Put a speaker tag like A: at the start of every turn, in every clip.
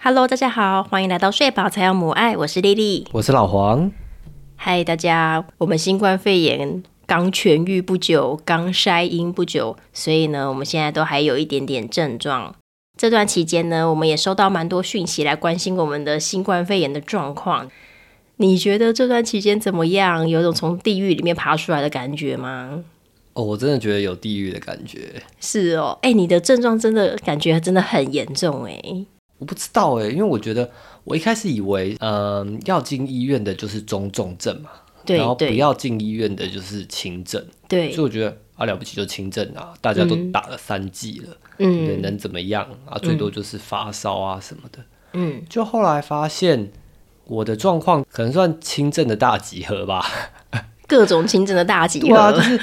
A: Hello，大家好，欢迎来到睡饱才有母爱，我是丽丽。
B: 我是老黄，
A: 嗨，大家，我们新冠肺炎刚痊愈不久，刚筛阴不久，所以呢，我们现在都还有一点点症状。这段期间呢，我们也收到蛮多讯息来关心我们的新冠肺炎的状况。你觉得这段期间怎么样？有种从地狱里面爬出来的感觉吗？
B: 哦，我真的觉得有地狱的感觉。
A: 是哦，哎、你的症状真的感觉真的很严重哎、
B: 我不知道哎、因为我觉得我一开始以为，嗯、要进医院的就是中重症嘛，
A: 对
B: 然后不
A: 对
B: 要进医院的就是轻症，
A: 对
B: 所以，我觉得啊了不起就轻症啊，大家都打了三剂了，对，
A: 嗯
B: 能怎么样啊？最多就是发烧啊什么的。
A: 嗯，
B: 就后来发现我的状况可能算轻症的大集合吧，
A: 各种轻症的大集
B: 对
A: 合，
B: 啊，就是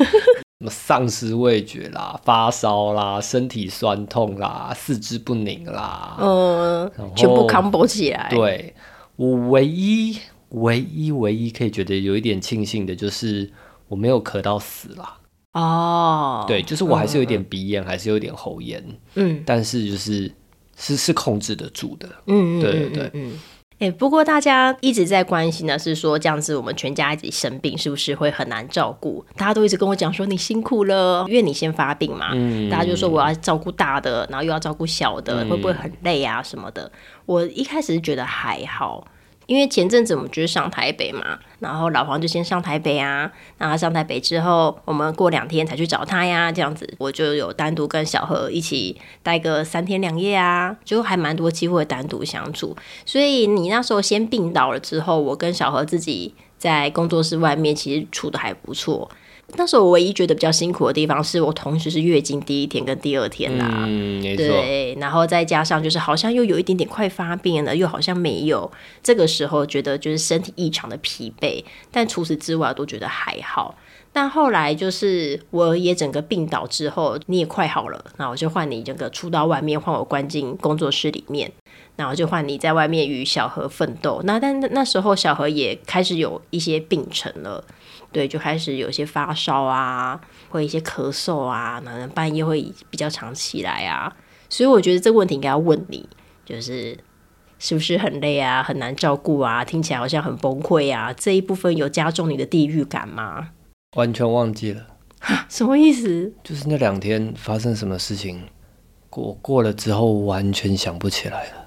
B: 什么丧失味觉啦、发烧啦、身体酸痛啦、四肢不宁啦，
A: 嗯，
B: 然后
A: 全部 combo 起来。
B: 对我唯一、唯一、唯一可以觉得有一点庆幸的就是我没有咳到死啦。
A: 哦，
B: 对，，就是我还是有一点鼻炎，还是有一点喉炎，
A: 嗯
B: 但是就是是是控制得住的。
A: 嗯，嗯
B: 对对
A: 嗯
B: 对
A: 嗯。哎、不过大家一直在关心的是说，这样子我们全家一起生病是不是会很难照顾？大家都一直跟我讲说你辛苦了，因为你先发病嘛，
B: 嗯
A: 大家就说我要照顾大的，然后又要照顾小的，会不会很累啊什么的？我一开始觉得还好，因为前阵子我们就是上台北嘛，然后老黄就先上台北啊，那他上台北之后，我们过两天才去找他呀，这样子我就有单独跟小何一起待个三天两夜啊，就还蛮多机会单独相处。所以你那时候先病倒了之后，我跟小何自己在工作室外面其实处的还不错。那时候我唯一觉得比较辛苦的地方是我同时是月经第一天跟第二天啦、
B: 嗯，没错。
A: 对，然后再加上就是好像又有一点点快发病了，又好像没有。这个时候觉得就是身体异常的疲惫，但除此之外我都觉得还好。但后来就是我也整个病倒之后，你也快好了，那我就换你整个出到外面，换我关进工作室里面，然后就换你在外面与小何奋斗。那但那时候小何也开始有一些病程了。对，就开始有一些发烧啊，会一些咳嗽啊，然后半夜会比较常起来啊，所以我觉得这个问题应该要问你，就是是不是很累啊，很难照顾啊，听起来好像很崩溃啊，这一部分有加重你的地狱感吗？
B: 完全忘记了，
A: 什么意思？
B: 就是那两天发生什么事情，我过了之后完全想不起来了。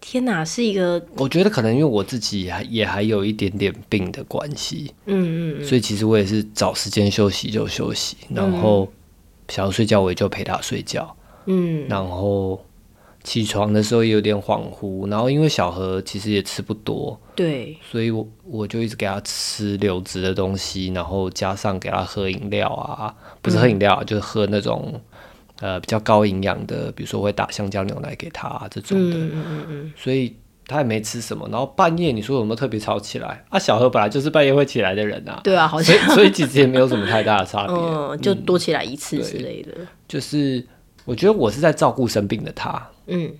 A: 天哪，是一个
B: 我觉得可能因为我自己还也还有一点点病的关系，
A: 嗯嗯
B: 所以其实我也是找时间休息就休息，然后想要睡觉我也就陪他睡觉，
A: 嗯
B: 然后起床的时候也有点恍惚，然后因为小何其实也吃不多，
A: 对
B: 所以我我就一直给他吃流质的东西，然后加上给他喝饮料啊，不是喝
A: 嗯
B: 饮料啊，就是喝那种呃比较高营养的，比如说我会打香蕉牛奶给他、啊、这种
A: 嗯
B: 的，所以。他也没吃什么，然后半夜你说有没有特别吵起来？啊，小何本来就是半夜会起来的人啊，
A: 对啊，好
B: 所
A: 像
B: 以所以其实也没有什么太大的差 别，
A: 嗯就多起来一次之类的，
B: 就是我觉得我是在照顾生病的他，
A: 嗯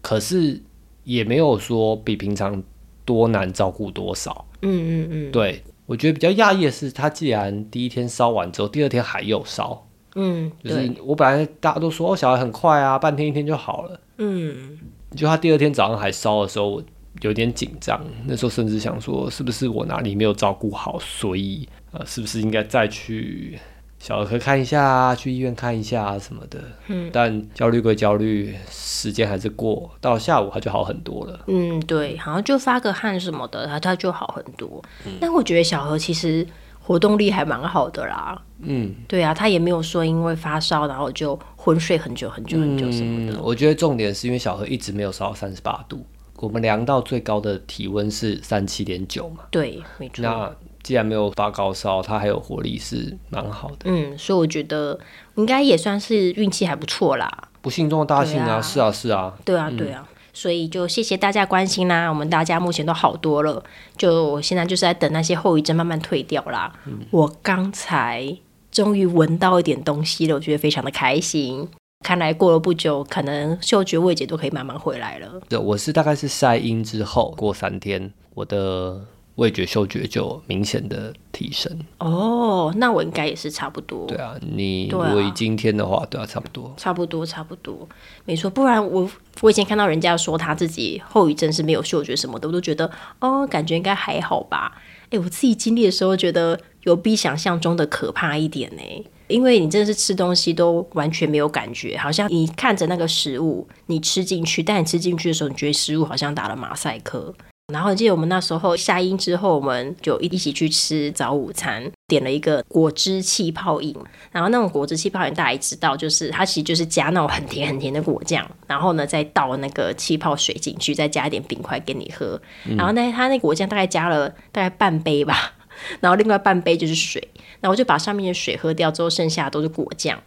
B: 可是也没有说比平常多难照顾多少。
A: 嗯嗯嗯
B: 对我觉得比较讶异的是，他既然第一天烧完之后，第二天还有烧，
A: 嗯，
B: 就
A: 对，
B: 是我本来大家都说哦小孩很快啊，半天一天就好了，
A: 嗯
B: 就他第二天早上还烧的时候，我有点紧张，那时候甚至想说是不是我哪里没有照顾好，所以呃是不是应该再去小儿科看一下啊，去医院看一下啊什么的。嗯，但焦虑归焦虑，时间还是过，到下午他就好很多了。
A: 嗯，对，好像就发个汗什么的，他他就好很多。
B: 嗯
A: 但我觉得小何其实活动力还蛮好的啦，
B: 嗯
A: 对啊，他也没有说因为发烧然后就昏睡很久很久很久什么的。
B: 嗯，我觉得重点是因为小何一直没有烧到三十八度，我们量到最高的体温是三七点九嘛，
A: 对，没错。
B: 那既然没有发高烧，他还有活力是蛮好的。
A: 嗯，所以我觉得应该也算是运气还不错啦。
B: 不幸中的大幸
A: 对啊
B: 啊，是啊是啊，
A: 对啊，对啊。所以就谢谢大家关心啦，我们大家目前都好多了，就现在就是在等那些后遗症慢慢退掉啦。我刚才终于闻到一点东西了，我觉得非常的开心。看来过了不久，可能嗅觉、味觉都可以慢慢回来了。
B: 对，我是大概是晒阴之后过三天，我的味觉、嗅觉就有明显的提升。
A: 哦，那我应该也是差不多。
B: 对啊，你如
A: 对啊
B: 果以今天的话，对啊，差不多。
A: 差不多，差不多，没错。不然我我以前看到人家说他自己后遗症是没有嗅觉什么的，我都觉得哦，感觉应该还好吧。哎，我自己经历的时候，觉得有比想象中的可怕一点呢。因为你真的是吃东西都完全没有感觉，好像你看着那个食物，你吃进去，但你吃进去的时候，你觉得食物好像打了马赛克。然后我记得我们那时候下音之后，我们就一起去吃早午餐，点了一个果汁气泡饮，然后那种果汁气泡饮大家也知道，就是它其实就是加那种很甜很甜的果酱，然后呢再倒那个气泡水进去，再加一点冰块给你喝。然后呢，它那果酱大概加了大概半杯吧， 然后另外半杯就是水，然后我就把上面的水喝掉之后，剩下的都是果酱。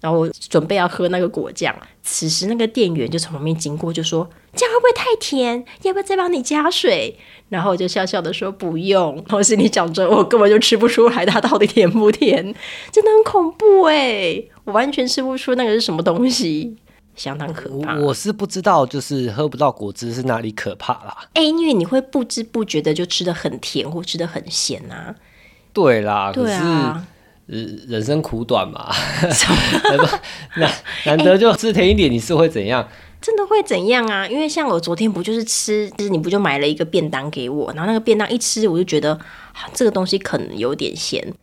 A: 然后我准备要喝那个果酱，此时那个店员就从旁边经过，就说：“这样会不会太甜？要不要再帮你加水？”然后我就笑笑的说：“不用。”然后我心里想着，我根本就吃不出来它到底甜不甜，真的很恐怖哎、我完全吃不出那个是什么东西，相当可怕。
B: 我是不知道，就是喝不到果汁是哪里可怕啦。
A: 哎，因为你会不知不觉的就吃的很甜或吃的很咸啊，
B: 对啦，可
A: 对
B: 是、
A: 啊，
B: 呃人生苦短嘛，难难
A: 哎
B: 得就吃甜一点，你是会怎样？
A: 真的会怎样啊？因为像我昨天不就是吃，就是你不就买了一个便当给我，然后那个便当一吃，我就觉得、啊这个东西可能有点咸。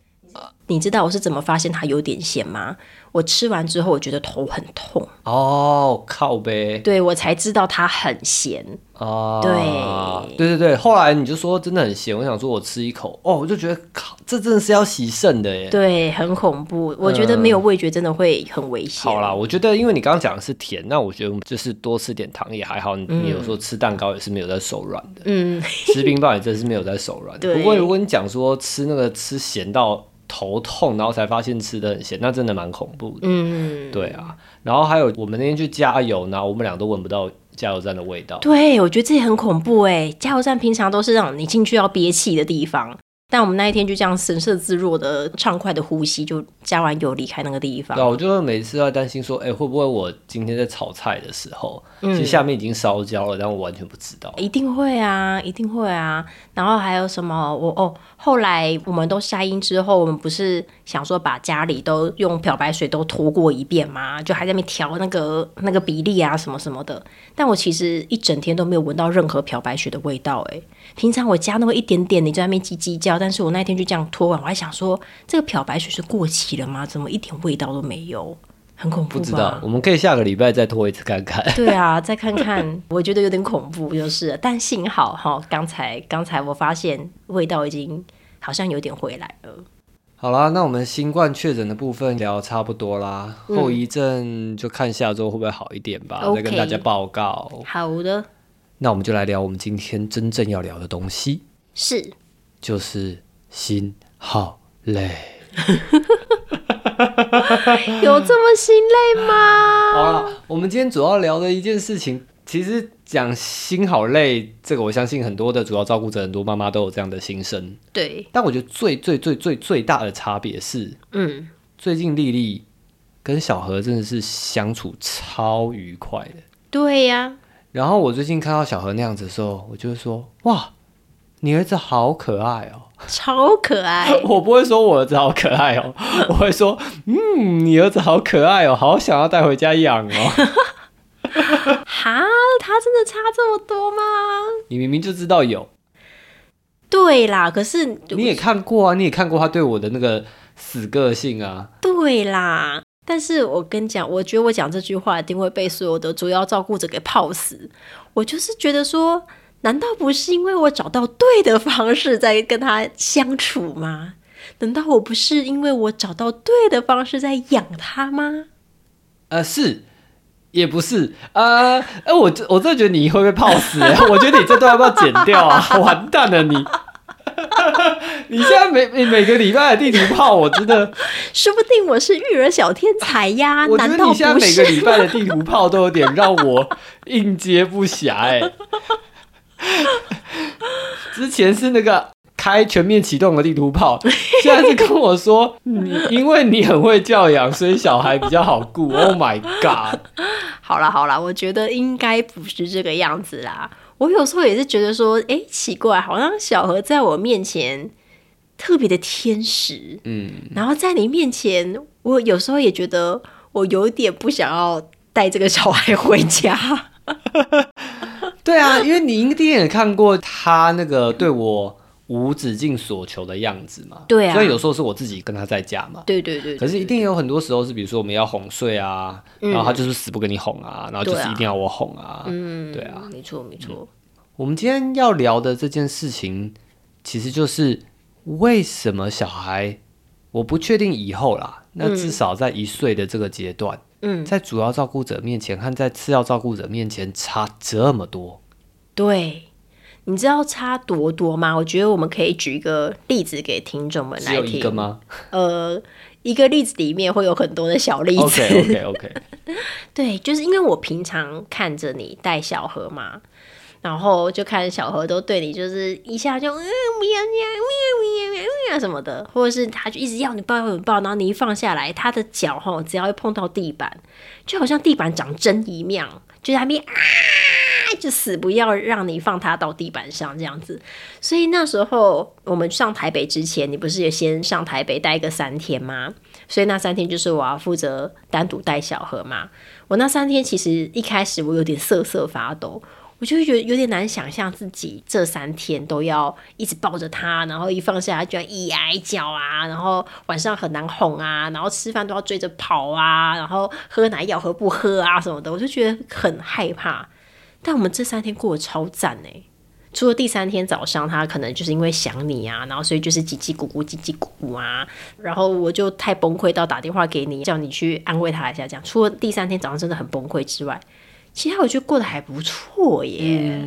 A: 你知道我是怎么发现它有点咸吗？我吃完之后，我觉得头很痛，
B: 哦，靠呗，
A: 对我才知道它很咸。
B: 啊，对对对对，后来你就说真的很咸，我想说我吃一口，哦，我就觉得靠，这真的是要洗肾的耶。
A: 对，嗯很恐怖。我觉得没有味觉真的会很危险。
B: 好啦，我觉得因为你刚刚讲的是甜，那我觉得我们就是多吃点糖也还好。你你有时候吃蛋糕也是没有在手软的，
A: 嗯，
B: 吃冰棒也真是没有在手软的。
A: 对
B: 不过如果你讲说吃那个吃咸到头痛，然后才发现吃的很咸，那真的蛮恐怖的。
A: 嗯，
B: 对啊，然后还有我们那天去加油呢，我们俩都闻不到加油站的味道。
A: 对，我觉得这也很恐怖哎。加油站平常都是让你进去要憋气的地方，但我们那一天就这样神色自若的畅快的呼吸，就加完油离开那个地方
B: 对。啊，我就会每次都在担心说，哎、会不会我今天在炒菜的时候，
A: 嗯哎
B: 其实下面已经烧焦了，但我完全不知道。
A: 一定会啊，一定会啊。然后还有什么？我哦，后来我们都下音之后，我们不是想说把家里都用漂白水都拖过一遍吗？就还在那边调那个那个比例啊，什么什么的。但我其实一整天都没有闻到任何漂白水的味道、欸。平常我加那么一点点，你就在那边叽叽叫。但是我那天就这样拖完，我还想说，这个漂白水是过期了吗？怎么一点味道都没有？很恐怖吧？
B: 不知道，我们可以下个礼拜再拖一次看看。
A: 对啊，再看看，我觉得有点恐怖，就是了，但幸好哈，刚才刚才我发现味道已经好像有点回来了。
B: 好啦，那我们新冠确诊的部分聊得差不多啦，后遗症就看下周会不会好一点吧，再跟
A: OK
B: 大家报告。
A: 好的，
B: 那我们就来聊我们今天真正要聊的东西，
A: 是
B: 就是心好累。
A: 有这么心累吗？
B: 好了，我们今天主要聊的一件事情，其实讲心好累，这个我相信很多的主要照顾者、很多妈妈都有这样的心声。
A: 对，
B: 但我觉得最最最最最大的差别是，
A: 嗯，
B: 最近丽丽跟小何真的是相处超愉快的。
A: 对呀、
B: 然后我最近看到小何那样子的时候，我就会说：哇，你儿子好可爱哦！
A: 超可 爱。
B: 我不会说我儿子好可爱哦，我会说：嗯，你儿子好可爱哦，好想要带回家养哦。
A: 哈，他真的差这么多吗？
B: 你明明就知道有，
A: 对啦，可是
B: 你也看过啊，你也看过他对我的那个死个性啊。
A: 对啦。但是我跟你讲，我觉得我讲这句话一定会被所有的主要照顾者给泡死。我就是觉得说，难道不是因为我找到对的方式在跟他相处吗？难道我不是因为我找到对的方式在养他 吗？
B: 呃，是。也不是，呃，哎、我这我真的觉得你会被泡死、欸， 我觉得你这段要不要剪掉啊？ 完蛋了你！你现在每每每个礼拜的地图炮，我真的！
A: 说不定我是育儿小天才呀
B: 我觉
A: 难
B: 得
A: 道
B: 你现在
A: 不
B: 每个
A: 是？
B: 礼拜的地图炮都有点让我应接不暇哎、 之前是那个开全面启动的地图 炮，现在是跟我说你因为你很会教养，所以小孩比较好顾。Oh my god！
A: 好啦好啦，我觉得应该不是这个样子啦。我有时候也是觉得说，哎、奇怪，好像小何在我面前特别的天使，嗯，然后在你面前，我有时候也觉得我有点不想要带这个小孩回家。
B: 对啊，因为你一定也看过他那个对我无止境索求的样子嘛。
A: 对啊
B: 所以有时候是我自己跟他在家嘛。
A: 对对对嗯
B: 可是一定有很多时候是，比如说我们要哄睡啊，然后他就是死不跟你哄啊，然后就是
A: 对啊
B: 一定要我哄啊。
A: 嗯，
B: 对啊，
A: 没错没错，
B: 我们今天要聊的这件事情，其实就是为什么小孩，我不确定以后啦，那至少在一岁的这个阶段，
A: 嗯，
B: 在主要照顾者面前和在次要照顾者面前差这么多。
A: 对。你知道差多多吗？我觉得我们可以举一个例子给听众们
B: 只
A: 来
B: 有
A: 听。
B: 一个吗
A: 呃，一个例子里面会有很多的小例子。
B: ？OK OK OK，
A: 对，就是因为我平常看着你带小何嘛，然后就看小何都对你就是一下就嗯不要呀，不要不要不要什么的，或者是他就一直要你抱要你抱，然后你一放下来，他的脚吼只要一碰到地板，就好像地板长针一样，就在那边啊。就死不要让你放他到地板上这样子，所以那时候我们上台北之前，你不是也先上台北待个三天吗？所以那三天就是我要负责单独带小何嘛。我那三天其实一开始我有点瑟瑟发抖，我就会觉得有点难想象自己这三天都要一直抱着他，然后一放下来就要一挨脚啊，然后晚上很难哄啊，然后吃饭都要追着跑啊，然后喝奶要喝不喝啊什么的，我就觉得很害怕。但我们这三天过得超赞哎、除了第三天早上，他可能就是因为想你啊，然后所以就是叽叽咕咕、叽叽咕咕啊，然后我就太崩溃到打电话给你，叫你去安慰他一下。这样，除了第三天早上真的很崩溃之外，其他我觉得过得还不错耶。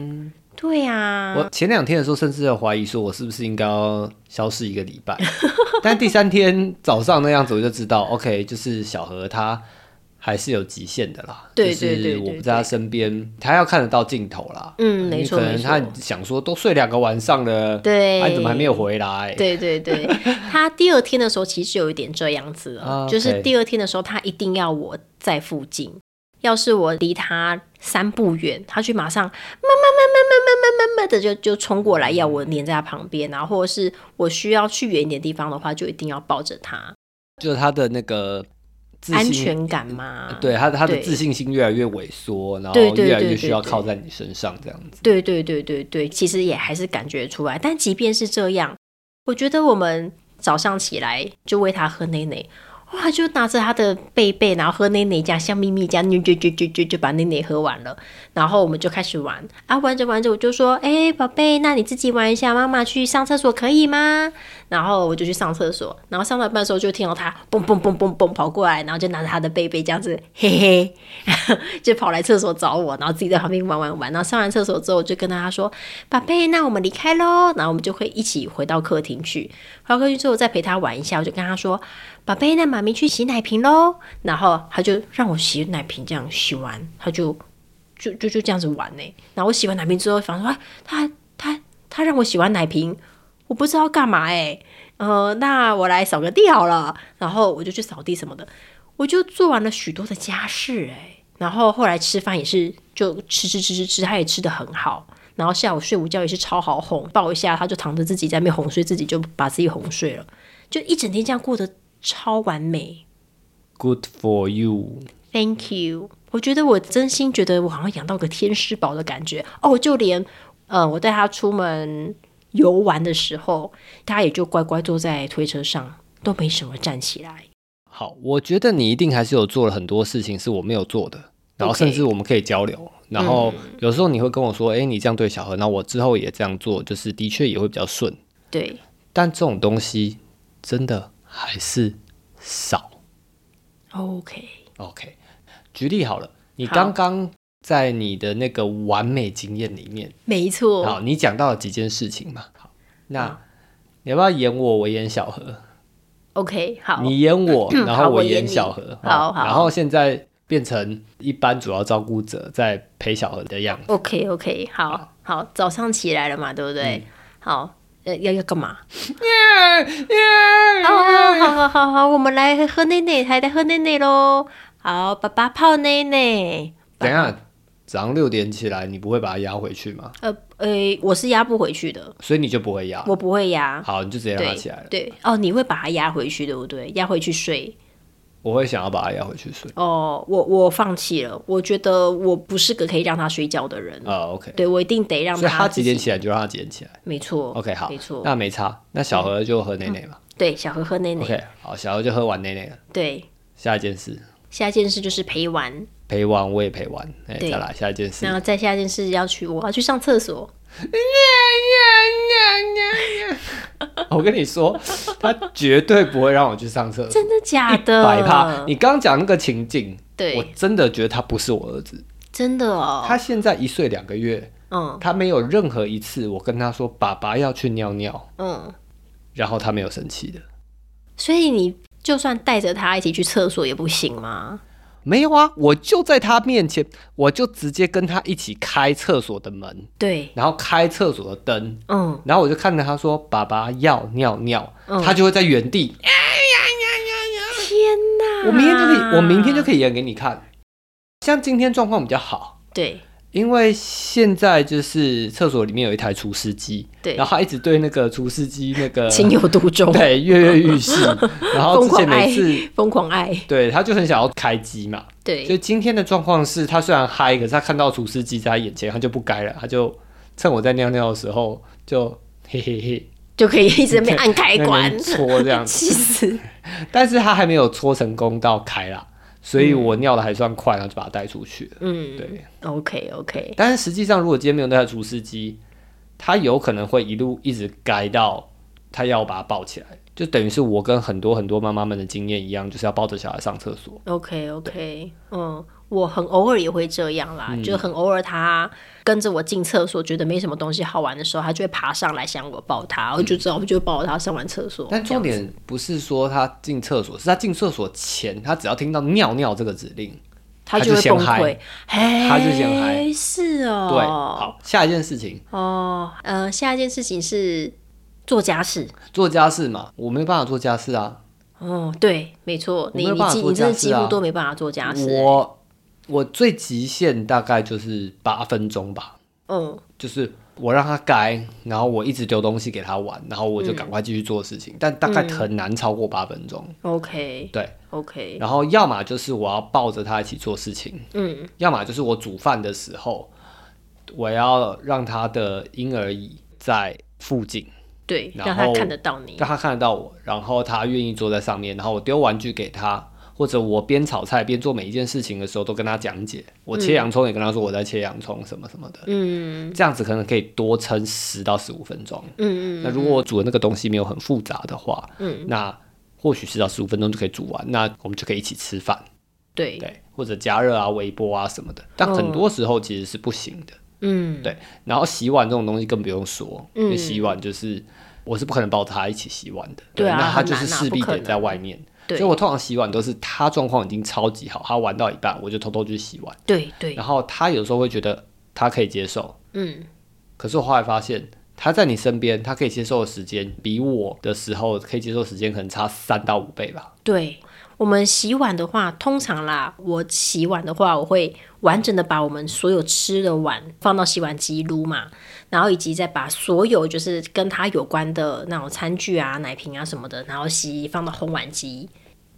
A: 对啊呀、
B: 嗯我前两天的时候，甚至有怀疑说我是不是应该要消失一个礼拜， 但第三天早上那样子，我就知道，OK，就是小何他还是有极限的啦，
A: 对对对对
B: 就是我不在他身边，他要看得到尽头啦。
A: 嗯，没错
B: 因为
A: 没
B: 可能
A: 错。
B: 他想说都睡两个晚上了，
A: 对
B: 啊、你怎么还没有回来？
A: 对对 对，他第二天的时候其实有一点这样子了，
B: 啊，OK
A: 就是第二天的时候他一定要我在附近，要是我离他三步远，他就马上慢慢慢慢慢慢慢慢慢的就就冲过来要我黏在他旁边，然后或者是我需要去远一点地方的话，就一定要抱着他，
B: 就是他的那个自信呃
A: 安全感嘛。
B: 对他的他的
A: 对
B: 自信心越来越萎缩，然后
A: 对对
B: 越来
A: 对
B: 越
A: 对
B: 需要
A: 对
B: 靠在你身上这样子。
A: 对对对对对，其实也还是感觉出来。但即便是这样，我觉得我们早上起来就喂他喝奶奶，哇，就拿着他的贝贝，然后喝奶奶，这样像咪咪这样，就就就就就就把奶奶喝完了。然后我们就开始玩啊，玩着玩着我就说，哎、宝贝，那你自己玩一下，妈妈去上厕所可以吗？然后我就去上厕所，然后上到一半的时候就听到他蹦蹦蹦蹦蹦跑过来，然后就拿着他的贝贝这样子，嘿嘿，就跑来厕所找我，然后自己在旁边玩玩玩。然后上完厕所之后，我就跟他说：“宝贝，那我们离开喽。”然后我们就会一起回到客厅去。回到客厅之后，再陪他玩一下。我就跟他说：“宝贝，那妈咪去洗奶瓶喽。”然后他就让我洗奶瓶，这样洗完他就就就就这样子玩呢、然后我洗完奶瓶之后，反正说哎他他他让我洗完奶瓶，我不知道干嘛哎、呃，那我来扫个地好了。然后我就去扫地什么的，我就做完了许多的家事哎、然后后来吃饭也是就吃吃吃吃吃，他也吃的很好。然后下午睡午觉也是超好哄，抱一下他就躺着自己在那边哄睡，自己就把自己哄睡了，就一整天这样过得超完美。
B: Good for you。
A: Thank you。我觉得我真心觉得我好像养到个天使宝的感觉哦，就连呃，我带他出门游玩的时候，他也就乖乖坐在推车上，都没什么站起来。
B: 好，我觉得你一定还是有做了很多事情是我没有做的，然后
A: OK 嗯
B: 甚至我们可以交流。然后有时候你会跟我说：“哎、你这样对小何，那我之后也这样做，就是的确也会比较顺。
A: 对，”
B: 但这种东西真的还是少。
A: OK，
B: OK，举例好了，你
A: 好
B: 刚刚在你的那个完美经验里面，
A: 没
B: 好，
A: 错。
B: 你讲到了几件事情嘛？好，那你要不要演我，我演小何？
A: OK，好，嗯
B: 你演我，然
A: 好
B: 后
A: 我演
B: 演
A: 你
B: 小何，
A: 好好
B: 然后现在变成一般主要照顾者在陪小何的样子。
A: OK OK，好好，早上起来了嘛，对不对？
B: 嗯
A: 好，呃，要要干嘛？哦，好好好好，我们来喝奶奶，还来喝奶奶喽。好，爸爸泡奶奶。
B: 等一下，早上六点起来，你不会把它压回去吗？
A: 呃呃，我是压不回去的，
B: 所以你就不会压。
A: 我不会压。
B: 好，你就直接让它
A: 对
B: 起来了。
A: 对，哦，你会把它压回去，对不对？压回去睡。
B: 我会想要把它压回去睡。
A: 哦，我我放弃了，我觉得我不是个可以让它睡觉的人。
B: 啊、o k
A: 对，我一定得让
B: 所以它
A: 自
B: 几
A: 己
B: 点起来就让它几点起来。
A: 没错
B: OK，好，
A: 没错。嗯
B: 那没差。那小何就喝奶奶嘛。
A: 对，小何喝奶奶。
B: OK，好，小何就喝完奶奶了。
A: 对，
B: 下一件事，
A: 下一件事就是陪玩，
B: 陪完我也陪完，哎、
A: 对
B: 再来下一件事。
A: 然后再下一件事要去，我要去上厕所。
B: 我跟你说，他绝对不会让我去上厕所，
A: 真的假的？
B: 百怕。你刚刚讲那个情境，我
A: 对，
B: 真的觉得他不是我儿子。
A: 真的哦。
B: 他现在一岁两个月，
A: 嗯
B: 他没有任何一次我跟他说爸爸要去尿尿，
A: 嗯，
B: 然后他没有生气的。
A: 所以你就算带着他一起去厕所也不行吗？
B: 没有啊，我就在他面前，我就直接跟他一起开厕所的门，
A: 对，
B: 然后开厕所的灯，
A: 嗯，
B: 然后我就看着他说：“爸爸要尿尿。他就会在原地。
A: 天哪！
B: 我明天就可
A: 啊
B: 以，我明天就可以演给你看。像今天状况比较好，
A: 对
B: 因为现在就是厕所里面有一台除湿机，
A: 对
B: 然后他一直对那个除湿机那 个
A: 情有独钟，
B: 对跃跃 欲试，然后
A: 疯
B: 之
A: 狂
B: 前
A: 爱
B: 每次，
A: 疯狂爱，
B: 对他就很想要开机嘛，所以
A: 对
B: 今天的状况是他虽然嗨，可是他看到厨师机在他眼前，他就不该了，他就趁我在尿尿的时候就嘿嘿嘿
A: 就可以一直在那边按开
B: 在那
A: 关
B: 边，搓这样子，
A: 气死！
B: 但是他还没有搓成功到开啦，所以我尿的还算快，然后就把他带出去了。
A: 嗯
B: 对，
A: ，OK OK，
B: 但是实际上如果今天没有那台厨师机，他有可能会一路一直该到他要把他抱起来，就等于是我跟很多很多妈妈们的经验一样，就是要抱着小孩上厕所。
A: OK OK，嗯，我很偶尔也会这样啦，
B: 嗯
A: 就很偶尔他跟着我进厕所，觉得没什么东西好玩的时候，他就会爬上来想我抱他，我就知道我就抱他上完厕所。
B: 但重点不是说他进厕所，是他进厕所前，他只要听到“尿尿”这个指令，
A: 他
B: 他
A: 就
B: 就
A: 会
B: 先
A: 崩
B: 嗨
A: 溃，嘿
B: 他就先嗨
A: 是哦，
B: 对，好，下一件事情，
A: 哦，呃，下一件事情是做家事。
B: 做家事嘛，我没有办法做家事啊，
A: 哦，对，没错，
B: 没
A: 你
B: 有
A: 你
B: 办法
A: 几
B: 做
A: 你真的
B: 家事
A: 几乎
B: 啊
A: 都没办法做家事、欸。
B: 我我最极限大概就是八分钟吧，
A: 嗯，
B: 就是我让他该，然后我一直丢东西给他玩，然后我就赶快继续做事情，但大概很难超过八分钟，
A: 嗯 OK
B: 对，
A: OK，
B: 然后要么就是我要抱着他一起做事情，
A: 嗯，
B: 要么就是我煮饭的时候，我要让他的婴儿椅在附近，
A: 对，
B: 然
A: 让他
B: 后
A: 看得到你。
B: 让他看得到我，然后他愿意坐在上面，然后我丢玩具给他，或者我边炒菜边做每一件事情的时候都跟他讲解，我切洋葱也跟他说我在切洋葱什么什么的，
A: 嗯
B: 这样子可能可以多撑十到十五分钟。
A: 嗯嗯，
B: 那如果我煮的那个东西没有很复杂的话，嗯，那或许十到十五分钟就可以煮完，那我们就可以一起吃饭，
A: 对，
B: 对，或者加热啊、微波啊什么的。但很多时候其实是不行的。
A: 嗯
B: 对，然后洗碗这种东西更不用说，因为洗碗就是我是不可能抱他一起洗碗的，
A: 对啊
B: 那他
A: 很
B: 就是
A: 难啊
B: 势必
A: 不可
B: 得
A: 能
B: 在外面，
A: 对
B: 所以我通常洗碗都是他状况已经超级好，他玩到一半我就偷偷去洗碗，
A: 对对，
B: 然后他有时候会觉得他可以接受，
A: 嗯
B: 可是我后来发现他在你身边，他可以接受的时间比我的时候可以接受时间可能差三到五倍吧，
A: 对。我们洗碗的话，通常啦，我洗碗的话，我会完整的把我们所有吃的碗放到洗碗机撸嘛，然后以及再把所有就是跟它有关的那种餐具啊、奶瓶啊什么的，然后洗放到烘碗机，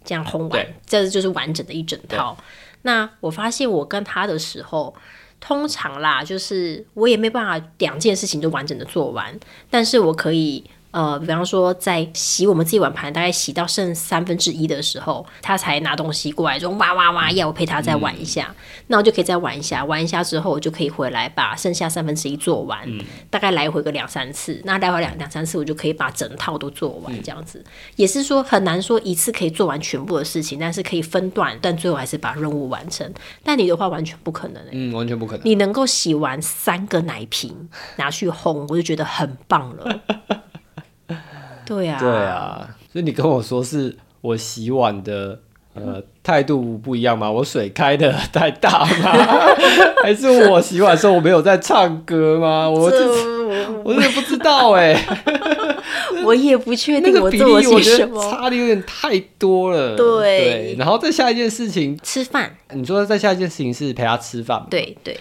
A: 这样烘完
B: 对，
A: 这就是完整的一整套。那我发现我跟他的时候，通常啦，就是我也没办法两件事情都完整的做完，但是我可以。呃，比方说，在洗我们自己碗盘，大概洗到剩三分之一的时候，他才拿东西过来，说哇哇哇，要我陪他再玩一下。那我就可以再玩一下，玩一下之后，我就可以回来把剩下三分之一做完，大概来回个两三次。那来回两两三次，我就可以把整套都做完，这样子、也是说很难说一次可以做完全部的事情，但是可以分段，但最后还是把任务完成。但你的话完全不可能、欸，
B: 嗯，完全不可能。
A: 你能够洗完三个奶瓶拿去烘，我就觉得很棒 了。对啊，
B: 对，啊，所以你跟我说是我洗碗的呃态度不一样吗？我水开的太大吗？ 还是我洗碗的时候我没有在唱歌吗？我这
A: 这
B: 我真的不知道 哎、
A: 我也不确
B: 那
A: 定
B: 个
A: 我
B: 比
A: 做了
B: 例我
A: 些
B: 觉
A: 什
B: 得
A: 么。
B: 差的有点太多了。
A: 对
B: 然后再下一件事情，
A: 吃饭，
B: 你说再下一件事情是陪他吃饭嘛，
A: 对对，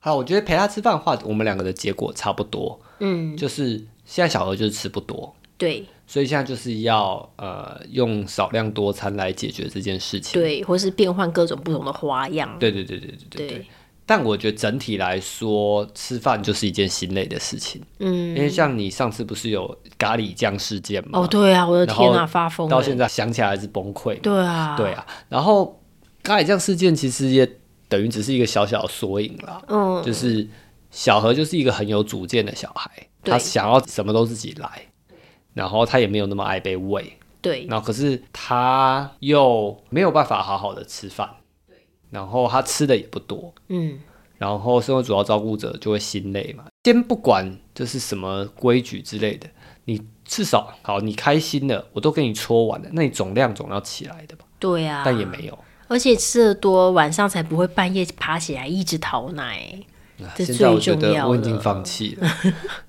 B: 好，我觉得陪他吃饭的话，我们两个的结果差不多，
A: 嗯，
B: 就是现在小何就是吃不多，
A: 对
B: 所以现在就是要呃用少量多餐来解决这件事情。
A: 对，或是变换各种不同的花样，
B: 对对对对对对
A: 嗯对
B: 对。但我觉得整体来说，吃饭就是一件心累的事情，因
A: 嗯，
B: 为像你上次不是有咖喱酱事件嘛，
A: 哦，对啊，我的
B: 然
A: 天
B: 后
A: 啊，发疯
B: 到
A: 了，
B: 现在想起来还是崩溃嘛。
A: 对啊，
B: 对，啊，然后咖喱酱事件其实也等于只是一个小小的缩影啦，
A: 嗯，
B: 就是小何就是一个很有主见的小孩，
A: 对
B: 他想要什么都自己来，然后他也没有那么爱被喂，
A: 对，
B: 然后可是他又没有办法好好的吃饭，然后他吃的也不多，
A: 嗯，
B: 然后身为主要照顾者就会心累嘛。先不管就是什么规矩之类的，你至少好，你开心了，我都给你搓完了，那你总量总要起来的吧？
A: 对啊，
B: 但也没有。
A: 而且吃的多，晚上才不会半夜爬起来一直讨奶。这
B: 啊现在我
A: 最重
B: 觉得
A: 要
B: 我已经
A: 了
B: 放弃了。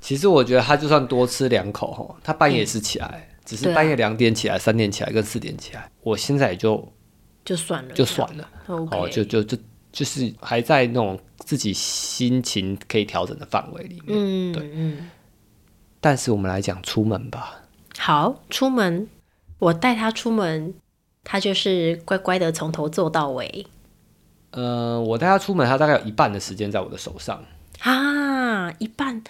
B: 其实我觉得他就算多吃两口，吼，他半夜也是起来，只是
A: 对啊
B: 半夜两点起来、三点起来跟四点起来，我现在也就
A: 就算了，
B: 就算了，
A: OK，、
B: 哦，就就就就是还在那种自己心情可以调整的范围里面。
A: 嗯，嗯，
B: 但是我们来讲出门吧，
A: 好，出门我带他出门，他就是乖乖的从头做到尾
B: 呃，我带他出门，他大概有一半的时间在我的手上，
A: 啊，一半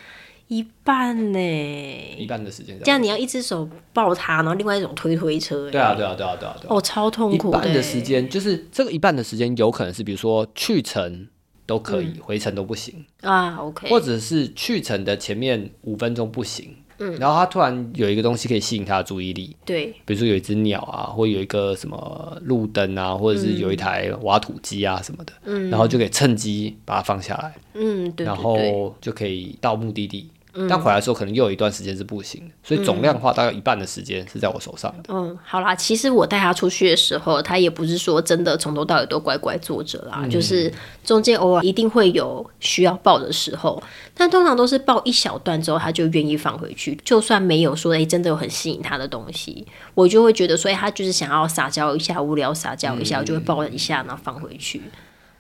A: 一半
B: 一
A: 呢，
B: 半的时间在我
A: 这样你要一只手抱他，然后另外一种推推车，欸
B: 对啊，对啊，对啊，对啊，对啊。
A: 哦，超痛苦
B: 一半的
A: 耶
B: 时，间就是这个一半的时间，有可能是比如说去程都可
A: 嗯
B: 以，回程都不行。
A: 啊，OK，
B: 或者是去程的前面五分钟不行，嗯，然后他突然有一个东西可以吸引他的注意力，
A: 对，
B: 比如说有一只鸟啊，或有一个什么路灯啊，或者是
A: 嗯
B: 有一台挖土机啊什么的，嗯，然后就可以趁机把它放下来，
A: 嗯，对
B: 然
A: 对对，嗯
B: 后就可以到目的地。但回来的时候可能又有一段时间是不行的，所以总量的话大概有一半的时间是在我手上的。
A: 嗯，好啦，其实我带他出去的时候，他也不是说真的从头到尾都乖乖坐着啦，
B: 嗯
A: 就是中间偶尔一定会有需要抱的时候，但通常都是抱一小段之后，他就愿意放回去。就算没有说哎、诶真的有很吸引他的东西，我就会觉得说，哎、他就是想要撒娇一下，无聊撒娇一下，我就
B: 嗯
A: 会抱一下，然后放回去。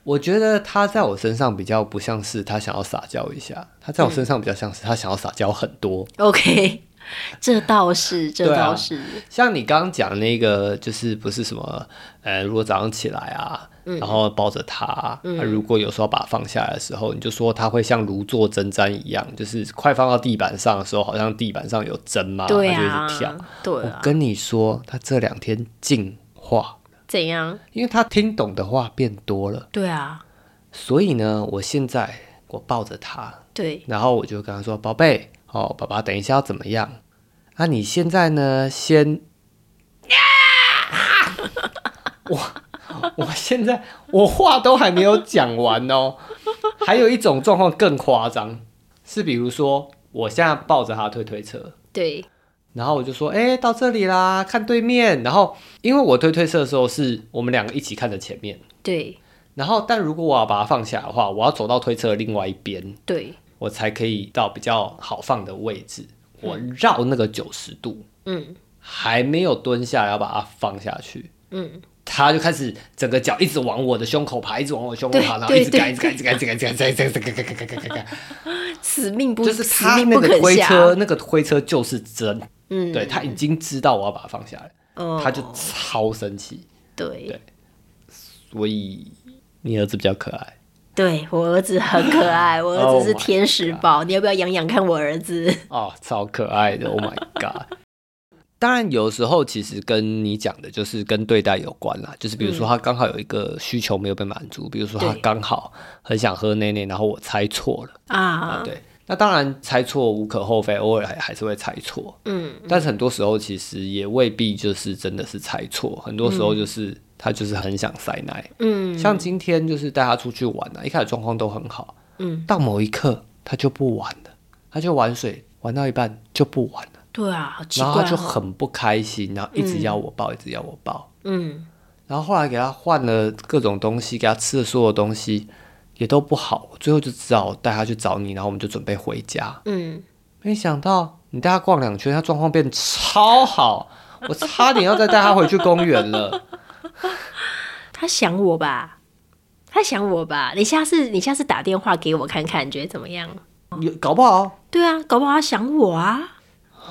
B: 我觉得他在我身上比较不像是他想要撒娇一下，他在我身上比较像是他想要撒娇很多。
A: 嗯 OK，这 倒是，这
B: 对啊
A: 倒是，
B: 像你刚刚讲那个，就是不是什么，呃，如果早上起来啊，
A: 嗯
B: 然后抱着它，那、如果有时候把它放下来的时候，你就说它会像如坐针毡一样，就是快放到地板上的时候，好像地板上有针嘛，它就
A: 对
B: 一
A: 啊
B: 直跳。，
A: 对
B: 我
A: 啊，
B: 跟你说，它这两天进化，
A: 怎样？
B: 因为它听懂的话变多了，
A: 对啊，
B: 所以呢，我现在我抱着它，
A: 对，
B: 然后我就跟他说：“宝贝，哦，爸爸等一下要怎么样？啊，你现在呢，先， 我我现在我话都还没有讲完哦。还有一种状况更夸张，是比如说我现在抱着他推推车，
A: 对，
B: 然后我就说：哎、到这里啦，看对面。然后因为我推推车的时候是我们两个一起看着前面，
A: 对，
B: 然后但如果我要把它放下的话，我要走到推车的另外一边。”
A: 对，
B: 我才可以到比较好放的位置。我绕那个九十度，
A: 嗯
B: 还没有蹲下来要把它放下去，
A: 嗯。
B: 它就开始整个脚一直往我的胸口爬，一直往我胸口爬，
A: 对
B: 然后一直
A: 对
B: 干，一直干，一直干，一直干，一直干，一直干，一直干，一直干，一直干，一直干，
A: 死命不
B: 就是
A: 死
B: 它
A: 命
B: 那
A: 不
B: 个
A: 肯
B: 推
A: 下。
B: 车，那个推车就是真，
A: 嗯，
B: 对，它已经知道我要把它放下来，
A: 哦
B: 它就超生气。
A: 对
B: 对所以你儿子比较可爱，
A: 对我儿子很可爱，我儿
B: Oh
A: 子是
B: my
A: 天使宝你要不要养养看我儿子？
B: 哦，超可爱的，Oh my god！当然，有时候其实跟你讲的就是跟对待有关啦，就是比如说他刚好有一个需求没有被满足，比如说他
A: 嗯对
B: 刚好很想喝奶奶，然后我猜错了，
A: 啊，
B: 对。那当然，猜错无可厚非，偶尔还还是会猜错，
A: 嗯，
B: 但是很多时候其实也未必就是真的是猜错，很多时候就是、他就是很想塞奶。
A: 嗯，
B: 像今天就是带他出去玩啊，一开始状况都很好，
A: 嗯，
B: 到某一刻他就不玩了，他就玩水玩到一半就不玩了，
A: 对啊，好奇
B: 然后
A: 怪、
B: 他就
A: 哦，
B: 很不开心，然后一直要我抱，一直要我抱，
A: 嗯，
B: 然后后来给他换了各种东西，给他吃的所有东西也都不好，我最后就只好带他去找你，然后我们就准备回家，
A: 嗯，
B: 没想到你带他逛两圈，他状况变超好，我差点要再带他回去公园了。
A: 他想我吧，他他想我吧？你下次你下次打电话给我看看，你觉得怎么样？
B: 有搞不好
A: 对啊，搞不好他想我啊。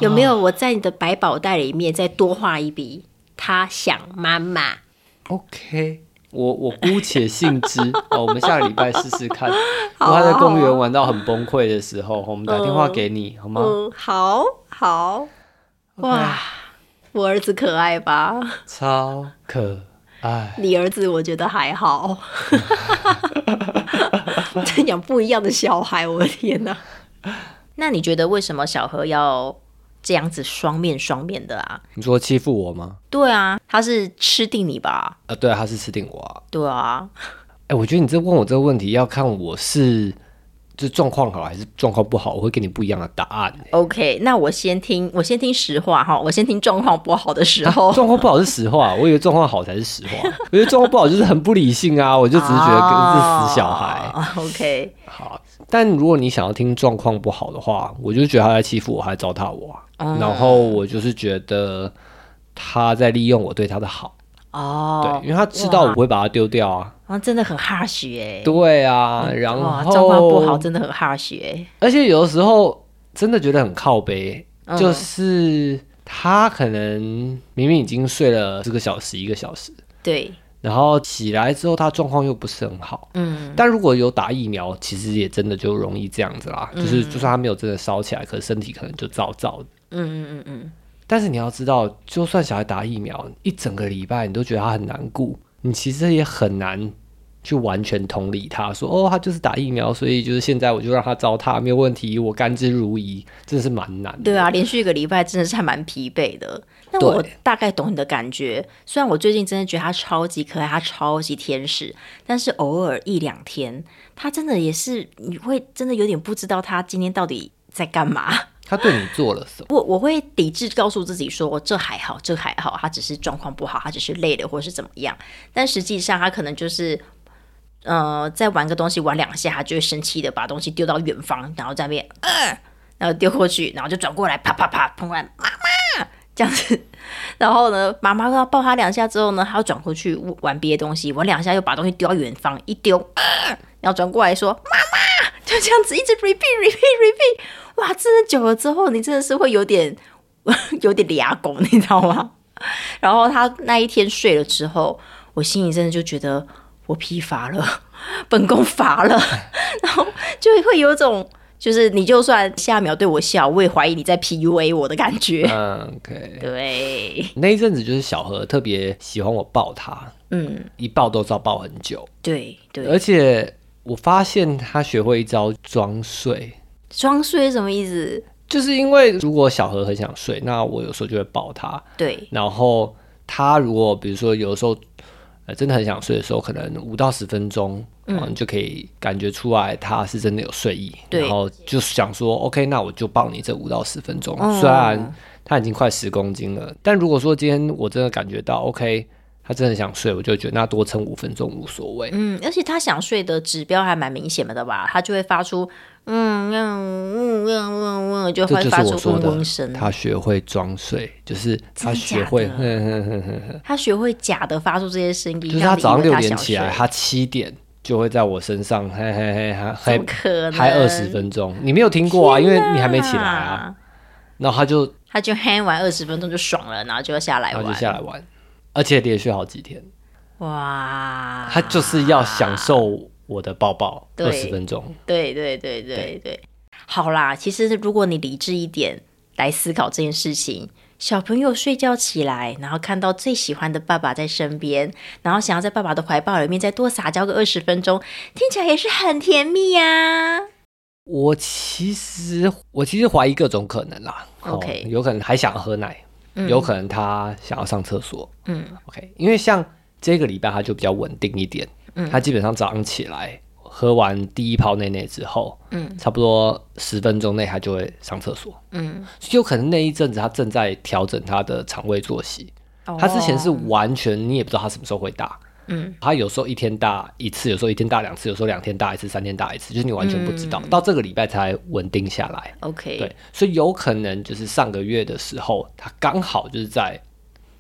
A: 有没有我在你的百宝袋里面再多画一笔？他想妈妈，
B: OK。我我姑且信 之哦，我们下个礼拜试试看。如
A: 啊
B: 果他在公园玩到很崩溃的时候，我们打电话给你好吗？
A: 嗯，好好，哇，我儿子可爱吧？
B: 超可爱。
A: 你儿子我觉得还好，在讲不一样的小孩，我的天哪！那你觉得为什么小何要这样子双面双面的啊？
B: 你说欺负我吗？
A: 对啊，他是吃定你吧？
B: 啊，对啊，他是吃定我啊。
A: 对啊，
B: 哎、我觉得你这问我这个问题，要看我是就状况好还是状况不好，我会给你不一样的答案、欸。
A: OK，那我先听，我先听实话哈，我先听状况不好的时 候。
B: 状况不好是实话，我以为状况好才是实话。我觉得状况不好就是很不理性啊，我就只是觉得跟是死小孩。
A: 哦。OK，
B: 好，但如果你想要听状况不好的话，我就觉得他在欺负我，他在糟蹋我啊、然后我就是觉得他在利用我对他的好，
A: 哦
B: 对，，因为他知道我不会把他丢掉啊。
A: 啊，真的很 harsh 哎、
B: 对啊，然
A: 哇，
B: 后
A: 状况不好，真的很 harsh 哎、
B: 而且有的时候真的觉得很靠背，
A: 嗯
B: 就是他可能明明已经睡了四个小时、一个小时，
A: 对，
B: 然后起来之后他状况又不是很好。
A: 嗯，
B: 但如果有打疫苗，其实也真的就容易这样子啦，就是
A: 嗯
B: 就算他没有真的烧起来，可是身体可能就燥燥的。
A: 嗯嗯嗯嗯，
B: 但是你要知道，就算小孩打疫苗一整个礼拜，你都觉得他很难顾，你其实也很难去完全同理他，说哦，他就是打疫苗，所以就是现在我就让他糟蹋，没有问题，我甘之如饴，真的是蛮难的。
A: 对啊，连续一个礼拜真的是还蛮疲惫的。那我
B: 对
A: 大概懂你的感觉，虽然我最近真的觉得他超级可爱，他超级天使，但是偶尔一两天，他真的也是你会真的有点不知道他今天到底在干嘛。
B: 他对你做了什么？
A: 我我会理智告诉自己说，哦这还好，这还好，他只是状况不好，他只是累了，或是怎么样。但实际上，他可能就是，呃，在玩个东西玩两下，他就会生气的把东西丢到远方，然后在那边，呃，然后丢过去，然后就转过来，啪啪啪，砰过来，妈妈这样子。然后呢，妈妈要抱他两下之后呢，他又转过去玩别的东西，玩两下又把东西丢到远方，一丢， 呃，然后转过来说，妈妈，就这样子一直 repeat repeat repeat。哇，真的久了之后，你真的是会有点 有点俩狗，你知道吗？然后他那一天睡了之后，我心里真的就觉得我疲乏了， 本宫乏了， 然后就会有一种就是你就算下一秒对我笑，我也怀疑你在 PUA 我的感觉。
B: 嗯，OK。
A: 对，
B: 那一阵子就是小何特别喜欢我抱他，
A: 嗯，
B: 一抱都知道抱很久，
A: 对对，
B: 而且我发现他学会一招装睡。
A: 装睡是什么意思？
B: 就是因为如果小何很想睡，那我有时候就会抱他，
A: 对，
B: 然后他如果比如说有的时候，呃，真的很想睡的时候，可能五到十分钟，嗯、你就可以感觉出来他是真的有睡意，
A: 对
B: 然后就想说，OK，那我就抱你这五到十分钟，
A: 嗯
B: 虽然他已经快十公斤了，但如果说今天我真的感觉到 OK，他真的想睡，我就觉得那多撑五分钟无所谓。
A: 嗯，而且他想睡的指标还蛮明显的吧？他就会发出嗯嗯嗯嗯嗯，就
B: 这
A: 会
B: 就
A: 发
B: 是我
A: 出
B: 说
A: 嗡
B: 的
A: 嗡声，。
B: 他学会装睡，就是
A: 真的
B: 他学
A: 假
B: 会，
A: 的
B: 哼哼哼哼哼。
A: 他学会假的发出这些声音，
B: 就是
A: 让
B: 他
A: 你
B: 早上
A: 以为
B: 六
A: 他
B: 点
A: 想
B: 起来，
A: 睡
B: 他七点就会在我身上，嘿嘿嘿，还
A: 怎
B: 还
A: 么可能？
B: 还二十分钟，你没有听过啊，因为你还没起来啊。
A: 啊。
B: 然后他就
A: 他就 hang 完二十分钟就爽了，然后就要下来
B: 然
A: 玩。
B: 后就下来玩，而且连续好几天，
A: 哇！
B: 他就是要享受我的抱抱
A: 啊对
B: 二十分钟。
A: 对对对对对，好啦，其实如果你理智一点来思考这件事情，小朋友睡觉起来，然后看到最喜欢的爸爸在身边，然后想要在爸爸的怀抱里面再多撒娇个二十分钟，听起来也是很甜蜜呀、
B: 我其实我其实怀疑各种可能啦哦
A: OK
B: 有可能还想喝奶，有可能他想要上厕所，
A: 嗯
B: ，OK，因为像这个礼拜他就比较稳定一点，嗯，他基本上早上起来喝完第一泡内内之后，嗯，差不多十分钟内他就会上厕所，
A: 嗯，
B: 所以有可能那一阵子他正在调整他的肠胃作息，他之前是
A: 哦
B: 完全你也不知道他什么时候会大。
A: 嗯，
B: 他有时候一天大一次，有时候一天大两次，有时候两天大一次，三天大一次，就是你完全不知
A: 嗯
B: 道。到这个礼拜才稳定下来，
A: OK，
B: 对，所以有可能就是上个月的时候，他刚好就是在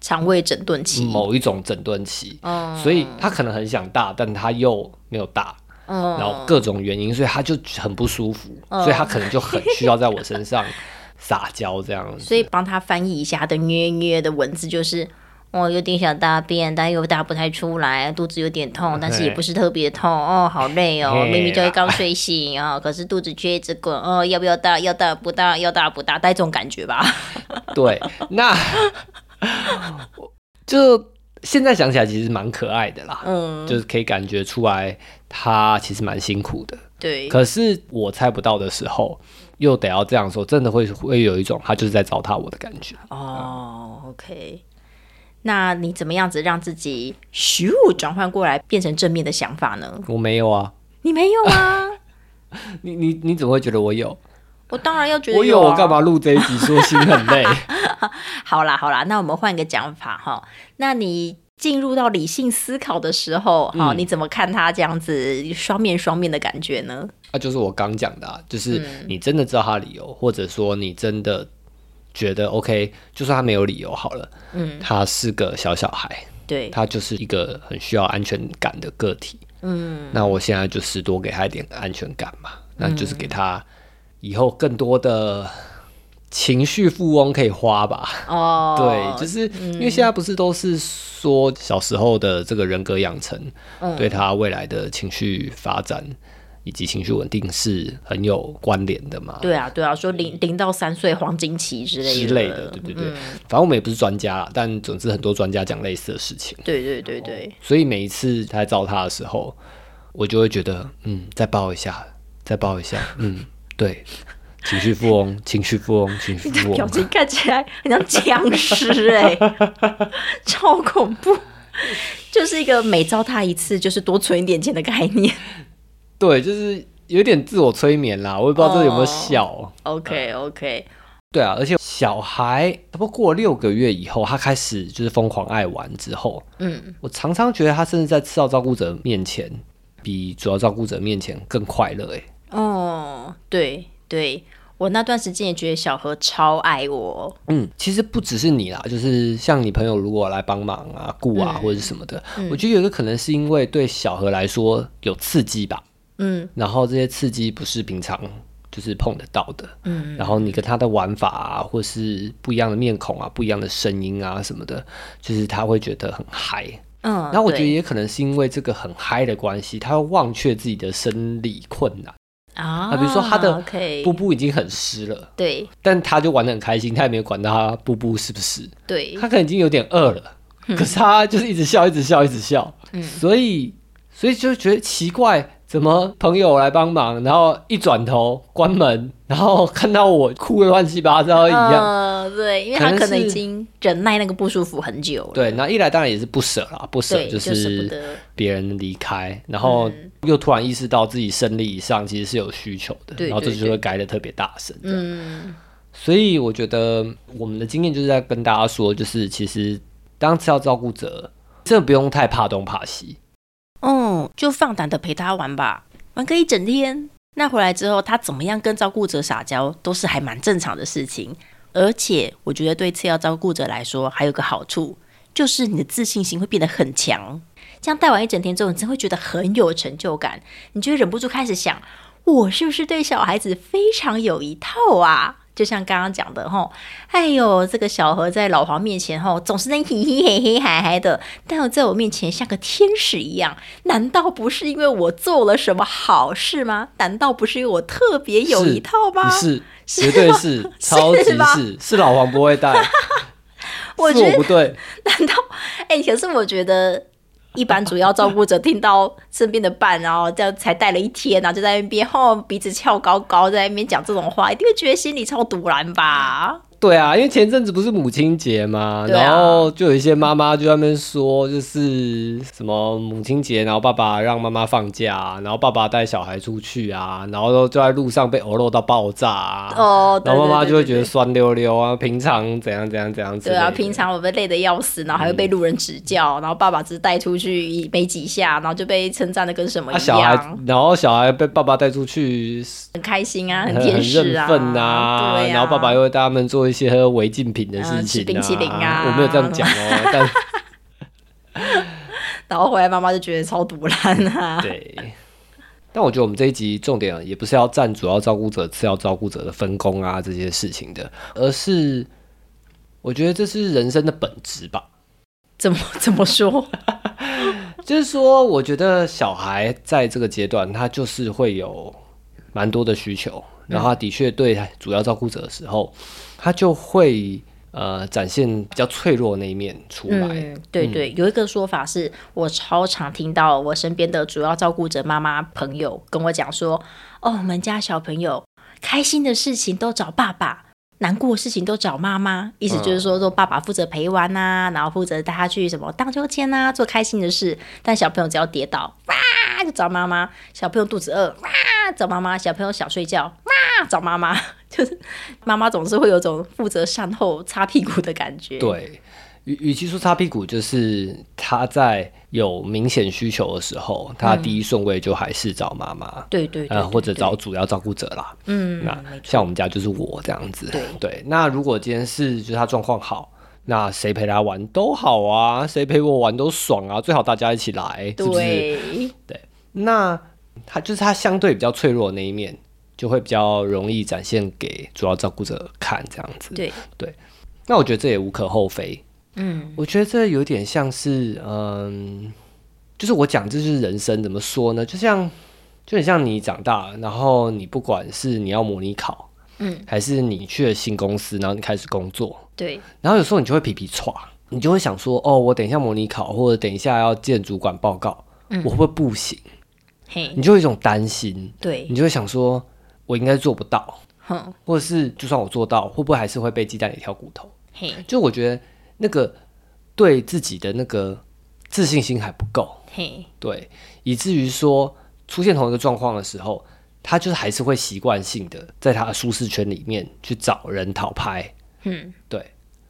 A: 肠胃整顿期，
B: 某一种整顿期，
A: 嗯
B: 所以他可能很想大，但他又没有大，
A: 嗯
B: 然后各种原因，所以他就很不舒服，所以他可能就很需要在我身上撒娇这样子。
A: 所以帮他翻译一下他的虐虐的文字，就是哦，有点想大便，但又大不太出来，肚子有点痛，但是也不是特别痛，哦，好累哦，
B: 啊嘿
A: 明明就是
B: 啦
A: 刚睡醒啊、哦，可是肚子却一直滚，哦，要不要大？要大不大？要大不大？带这种感觉吧。
B: 对，那就现在想起来其实蛮可爱的啦，
A: 嗯，
B: 就是可以感觉出来他其实蛮辛苦的。
A: 对，
B: 可是我猜不到的时候，又得要这样说，真的会会有一种他就是在糟蹋我的感觉。
A: 哦，OK。那你怎么样子让自己咻转换过来，变成正面的想法呢？
B: 我没有啊，
A: 你没有 啊？
B: 你你你怎么会觉得我有？
A: 我当然要觉得
B: 我有，
A: 有啊
B: 我干嘛录这一集说心很累？
A: 好啦好啦，那我们换个讲法哈。那你进入到理性思考的时候，哈、
B: 嗯
A: 你怎么看他这样子双面双面的感觉呢？
B: 啊，就是我刚讲的、啊，就是你真的知道他的理由，或者说你真的觉得 OK，就算他没有理由好了，嗯，他是个小小孩，
A: 对，
B: 他就是一个很需要安全感的个体，嗯，那我现在就是多给他一点安全感嘛，那就是给他以后更多的情绪富翁可以花吧。
A: 哦，
B: 对，就是因为现在不是都是说小时候的这个人格养成，
A: 嗯
B: 对他未来的情绪发展以及情绪稳定是很有关联的嘛。
A: 对啊对啊，说零零到三岁黄金期之类
B: 嗯之类的，对对对，
A: 嗯
B: 反正我们也不是专家啦，但总之很多专家讲类似的事情，
A: 对对对对，
B: 所以每一次他在糟他的时候，我就会觉得，嗯，再抱一下，再抱一下，嗯，对，情绪富 翁，情绪富翁，情绪富
A: 表
B: 翁，
A: 情看起来很像僵尸哎、 超恐怖。就是一个每糟蹋一次，就是多存一点钱的概念。
B: 对，就是有点自我催眠啦，我也不知道这
A: 哦
B: 有没有效。
A: OK OK，
B: 对啊，而且小孩差不多过六个月以后，他开始就是疯狂爱玩之后，
A: 嗯，
B: 我常常觉得他甚至在次要照顾者面前，比主要照顾者面前更快乐。哎，
A: 哦，对对，我那段时间也觉得小何超爱我，
B: 嗯，其实不只是你啦，就是像你朋友如果来帮忙啊、顾
A: 嗯
B: 啊、或者是什么的，我觉得有一个可能是因为对小何来说有刺激吧，
A: 嗯，
B: 然后这些刺激不是平常就是碰得到的，嗯，然后你跟他的玩法啊，或是不一样的面孔啊、不一样的声音啊什么的，就是他会觉得很嗨。
A: 嗯，
B: 那我觉得
A: 对
B: 也可能是因为这个很嗨的关系，他会忘却自己的生理困难。
A: 啊
B: 啊，比如说他的
A: OK，
B: 布布已经很湿了，
A: 对
B: 但他就玩得很开心，他也没有管到他布布是不是，
A: 对，
B: 他可能已经有点饿了，
A: 嗯
B: 可是他就是一直笑，一直笑，一直笑。所以，所以就觉得奇怪，怎么朋友来帮忙，然后一转头关门，然后看到我哭的乱七八糟一样。
A: 呃，对，因为他
B: 可能
A: 可能已
B: 是
A: 经忍耐那个不舒服很久了，
B: 对，那一来当然也是不舍啦，不舍
A: 对，
B: 就
A: 就舍不得嗯
B: 是，别人离开，然后又突然意识到自己生理上其实是有需求的，
A: 对
B: 然后这
A: 对
B: 就会改的特别大声。
A: 嗯，
B: 所以我觉得我们的经验就是在跟大家说，就是其实当次要照顾者，真的不用太怕东怕西。
A: 哦，就放胆的陪他玩吧，玩个一整天。那回来之后，他怎么样跟照顾者撒娇，都是还蛮正常的事情。而且我觉得对次要照顾者来说，还有个好处，就是你的自信心会变得很强。这样带完一整天之后，你真会觉得很有成就感，你就会忍不住开始想，我是不是对小孩子非常有一套啊？就像刚刚讲的吼，哎呦，这个小何在老黄面前吼，总是那嘻嘻嘿嘿嗨嗨的，但我在我面前像个天使一样。难道不是因为我做了什么好事吗？难道不是因为我特别有
B: 是
A: 一套吗？
B: 是，绝对是，超级
A: 吧
B: 是，是老黄不会带，
A: 我
B: 是
A: 觉
B: 我
A: 得
B: 不对，
A: 难道？哎、可是我觉得一般主要照顾者听到身边的伴，然后这样才带了一天，然后就在那边吼、鼻子翘高高，在那边讲这种话，一定会觉得心里超堵然吧？
B: 对啊，因为前阵子不是母亲节嘛，
A: 对啊
B: 然后就有一些妈妈就在那边说，就是什么母亲节，然后爸爸让妈妈放假啊，然后爸爸带小孩出去啊，然后就在路上被殴肉到爆炸啊，
A: 哦，对
B: 然后妈妈就会觉。
A: 对
B: 得
A: 对对
B: 酸溜溜啊，平常怎样怎样怎样之
A: 对
B: 类
A: 啊，
B: 的
A: 平常我被累得要死，然后还会被路人指教，然后爸爸只是带出去一没几下，然后就被称赞的跟什么
B: 啊
A: 一
B: 小孩
A: 样，，
B: 然后小孩被爸爸带出去，
A: 很开心啊，
B: 很
A: 天
B: 很
A: 使
B: 认
A: 啊，
B: 份
A: 对啊，
B: 然后爸爸又会带他们做做一些违禁品的事
A: 嗯吃
B: 情、啊
A: 冰淇淋啊
B: 我没有这样 讲哦，但
A: 然后回来妈妈就觉得超毒烂啊。
B: 对。但我觉得我们这一集重点也不是要站主要照顾者、次要照顾者的分工啊这些事情的，而是我觉得这是人生的本质吧。
A: 怎么怎么说？
B: 就是说，我觉得小孩在这个阶段，他就是会有蛮多的需求，然后他的确对主要照顾者的时候，他就会呃展现比较脆弱的那一面出来。
A: 嗯，对对，有一个说法是我超常听到我身边的主要照顾者妈妈朋友跟我讲说，哦，我们家小朋友开心的事情都找爸爸。难过的事情都找妈妈，意思就是说，说爸爸负责陪玩啊，然后负责带他去什么荡秋千啊，做开心的事。但小朋友只要跌倒，哇、就找妈妈；小朋友肚子饿，哇、找妈妈；小朋友想睡觉，哇、找妈妈。就是妈妈总是会有种负责善后、擦屁股的感觉。
B: 对，与与其说擦屁股，就是他在有明显需求的时候，他第一顺位就还是找妈妈。
A: 对对对
B: 呃，或者
A: 对
B: 找主要照顾者啦。
A: 嗯，
B: 那像我们家就是我这样子。
A: 对
B: 那如果今天是就是他状况好，那谁陪他玩都好啊，谁陪我玩都爽啊，最好大家一起来，是嗯不是？
A: 对，
B: 那他就是他相对比较脆弱的那一面，就会比较容易展现给主要照顾者看这样子。
A: 对，
B: 那我觉得这也无可厚非。
A: 嗯，
B: 我觉得这有点像是，嗯，就是我讲这是人生怎么说呢？就像就很像你长大，然后你不管是你要模拟考，
A: 嗯，
B: 还是你去了新公司，然后你开始工作，
A: 对，
B: 然后有时候你就会皮皮歘，你就会想说，哦，我等一下模拟考，或者等一下要见主管报告，
A: 嗯
B: 我会不会不行？
A: 嘿，
B: 你就有一种担心，
A: 对，
B: 你就会想说，我应该做不到，
A: 哼，
B: 或者是就算我做到，会不会还是会被鸡蛋里挑骨头？
A: 嘿，
B: 就我觉得那个对自己的那个自信心还不够，
A: 嘿，
B: 对，以至于说出现同一个状况的时候，他就是还是会习惯性的在他的舒适圈里面去找人讨拍，
A: 嗯，
B: 对，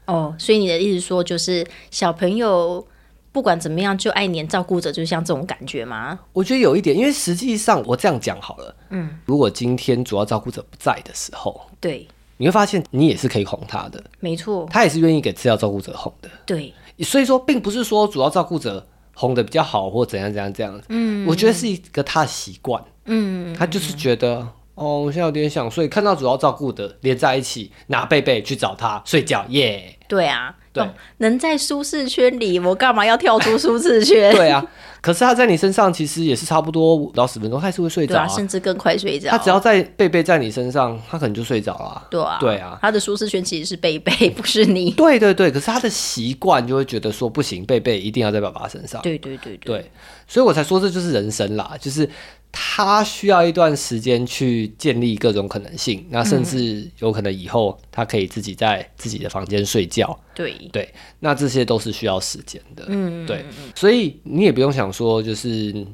A: 哦，所以你的意思说就是小朋友不管怎么样就爱黏照顾者，就像这种感觉吗？
B: 我觉得有一点，因为实际上我这样讲好了，嗯，如果今天主要照顾者不在的时候，
A: 对，
B: 你会发现你也是可以哄他的，
A: 没错，
B: 他也是愿意给次要照顾者哄的。
A: 对，
B: 所以说，并不是说主要照顾者哄的比较好或怎样怎样这样。嗯，我觉得是一个他的习惯。嗯，他就是觉得哦，我现在有点想睡，看到主要照顾的连在一起，拿贝贝去找他睡觉， 耶、
A: 对啊，
B: 对
A: 哦能在舒适圈里，我干嘛要跳出舒适圈？
B: 对啊，可是他在你身上其实也是差不多五到十分钟，他还是会 睡
A: 对
B: 着啊
A: 啊，。甚至更快睡着。
B: 他只要在贝贝在你身上，他可能就睡着了啊、
A: 对啊，
B: 对啊，
A: 他的舒适圈其实是贝贝，不是你。
B: 对对对，可是他的习惯就会觉得说不行，贝贝一定要在爸爸身上。
A: 对对对对，
B: 对，啊所以我才说这就是人生啦，就是他需要一段时间去建立各种可能性，那甚至有可能以后他可以自己在自己的房间睡觉，
A: 对
B: 对，那这些都是需要时间的，嗯，对，所以你也不用想说，就是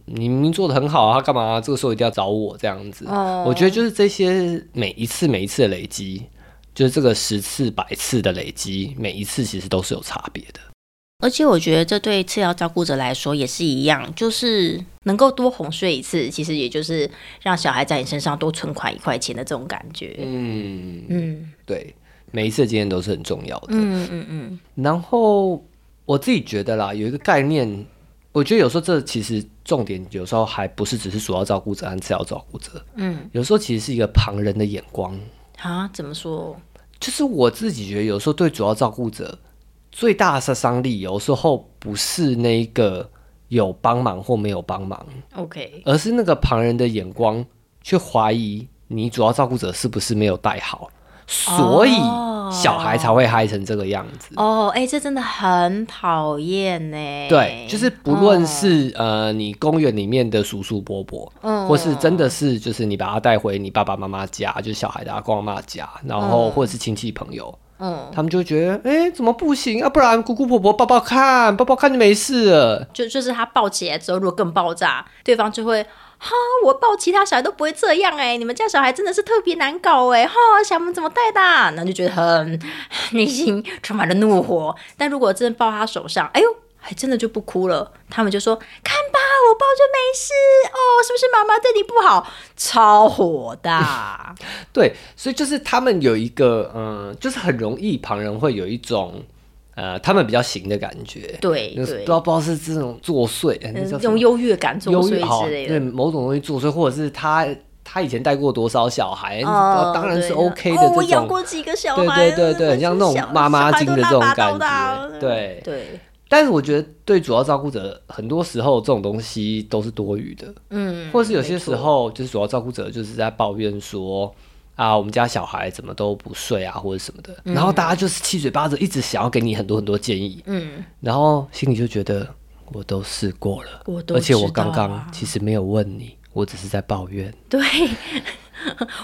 B: 你明明做的很好啊，他干嘛这个时候一定要找我这样子？
A: 哦
B: 我觉得就是这些每一次每一次的累积。就是这个十次百次的累积，每一次其实都是有差别的。
C: 而且我觉得这对次要照顾者来说也是一样，就是
A: 能够多哄睡一次，其实也就是让小孩在你身上多存款一块钱的这种感觉。
B: 嗯，
A: 嗯
B: 对，每一次的经验都是很重要的。
A: 嗯嗯嗯，
B: 然后我自己觉得啦，有一个概念，我觉得有时候这其实重点有时候还不是只是主要照顾者和次要照顾者，嗯，有时候其实是一个旁人的眼光。
A: 啊，怎么说？
B: 就是我自己觉得，有时候对主要照顾者最大的杀伤力，有时候不是那一个有帮忙或没有帮忙，
A: OK，
B: 而是那个旁人的眼光去怀疑你主要照顾者是不是没有带好，所以小孩才会嗨成这个样子。
A: 哦，哎、这真的很讨厌呢。
B: 对，就是不论是、呃你公园里面的叔叔伯伯，或是真的是就是你把他带回你爸爸妈妈家，就是小孩的阿公阿妈家，然后或者是亲戚朋友，
A: 嗯，
B: 他们就会觉得哎、诶怎么不行啊？不然姑姑婆婆抱抱看，抱抱看就没事了。
A: 就就是他抱起来之后，如果更爆炸，对方就会哈，我抱其他小孩都不会这样哎、你们家小孩真的是特别难搞哎、哈，小萌怎么带的啊、然后就觉得很内心充满了怒火。但如果真的抱他手上，哎呦，还真的就不哭了，他们就说看吧，我抱就没事哦，是不是妈妈对你不好？超火 大，
B: 对，所以就是他们有一个，嗯，就是很容易旁人会有一种，呃，他们比较行的感觉，
A: 对
B: 就是不
A: 对
B: 知，道不知道是这种作祟，哎那
A: 嗯
B: 叫什
A: 用
B: 么
A: 优越感作
B: 忧郁
A: 祟
B: 好
A: 之类
B: 对
A: 的。
B: 某种东西作祟，或者是他他以前带过多少小孩，
A: 哦
B: 当然
A: 对
B: 是 OK 的
A: 哦，我
B: 这
A: 养
B: 种。
A: 过几个小
B: 对
A: 孩，
B: 对对对，很像那
A: 小
B: 种妈妈
A: 小孩
B: 经
A: 都
B: 的这
A: 拉
B: 种
A: 拔
B: 感
A: 到大
B: 觉，对。
A: 对，
B: 但是我觉得对主要照顾者，很多时候这种东西都是多余的，
A: 嗯，
B: 或者是有些
A: 没错
B: 时候就是主要照顾者就是在抱怨说啊，我们家小孩怎么都不睡啊，或者什么的，然后大家就是七嘴八舌，一直想要给你很多很多建议，
A: 嗯，
B: 然后心里就觉得我都试过了，
A: 我都
B: 而且我
A: 知道
B: 刚刚
A: 啊
B: 其实没有问你，我只是在抱怨。
A: 对。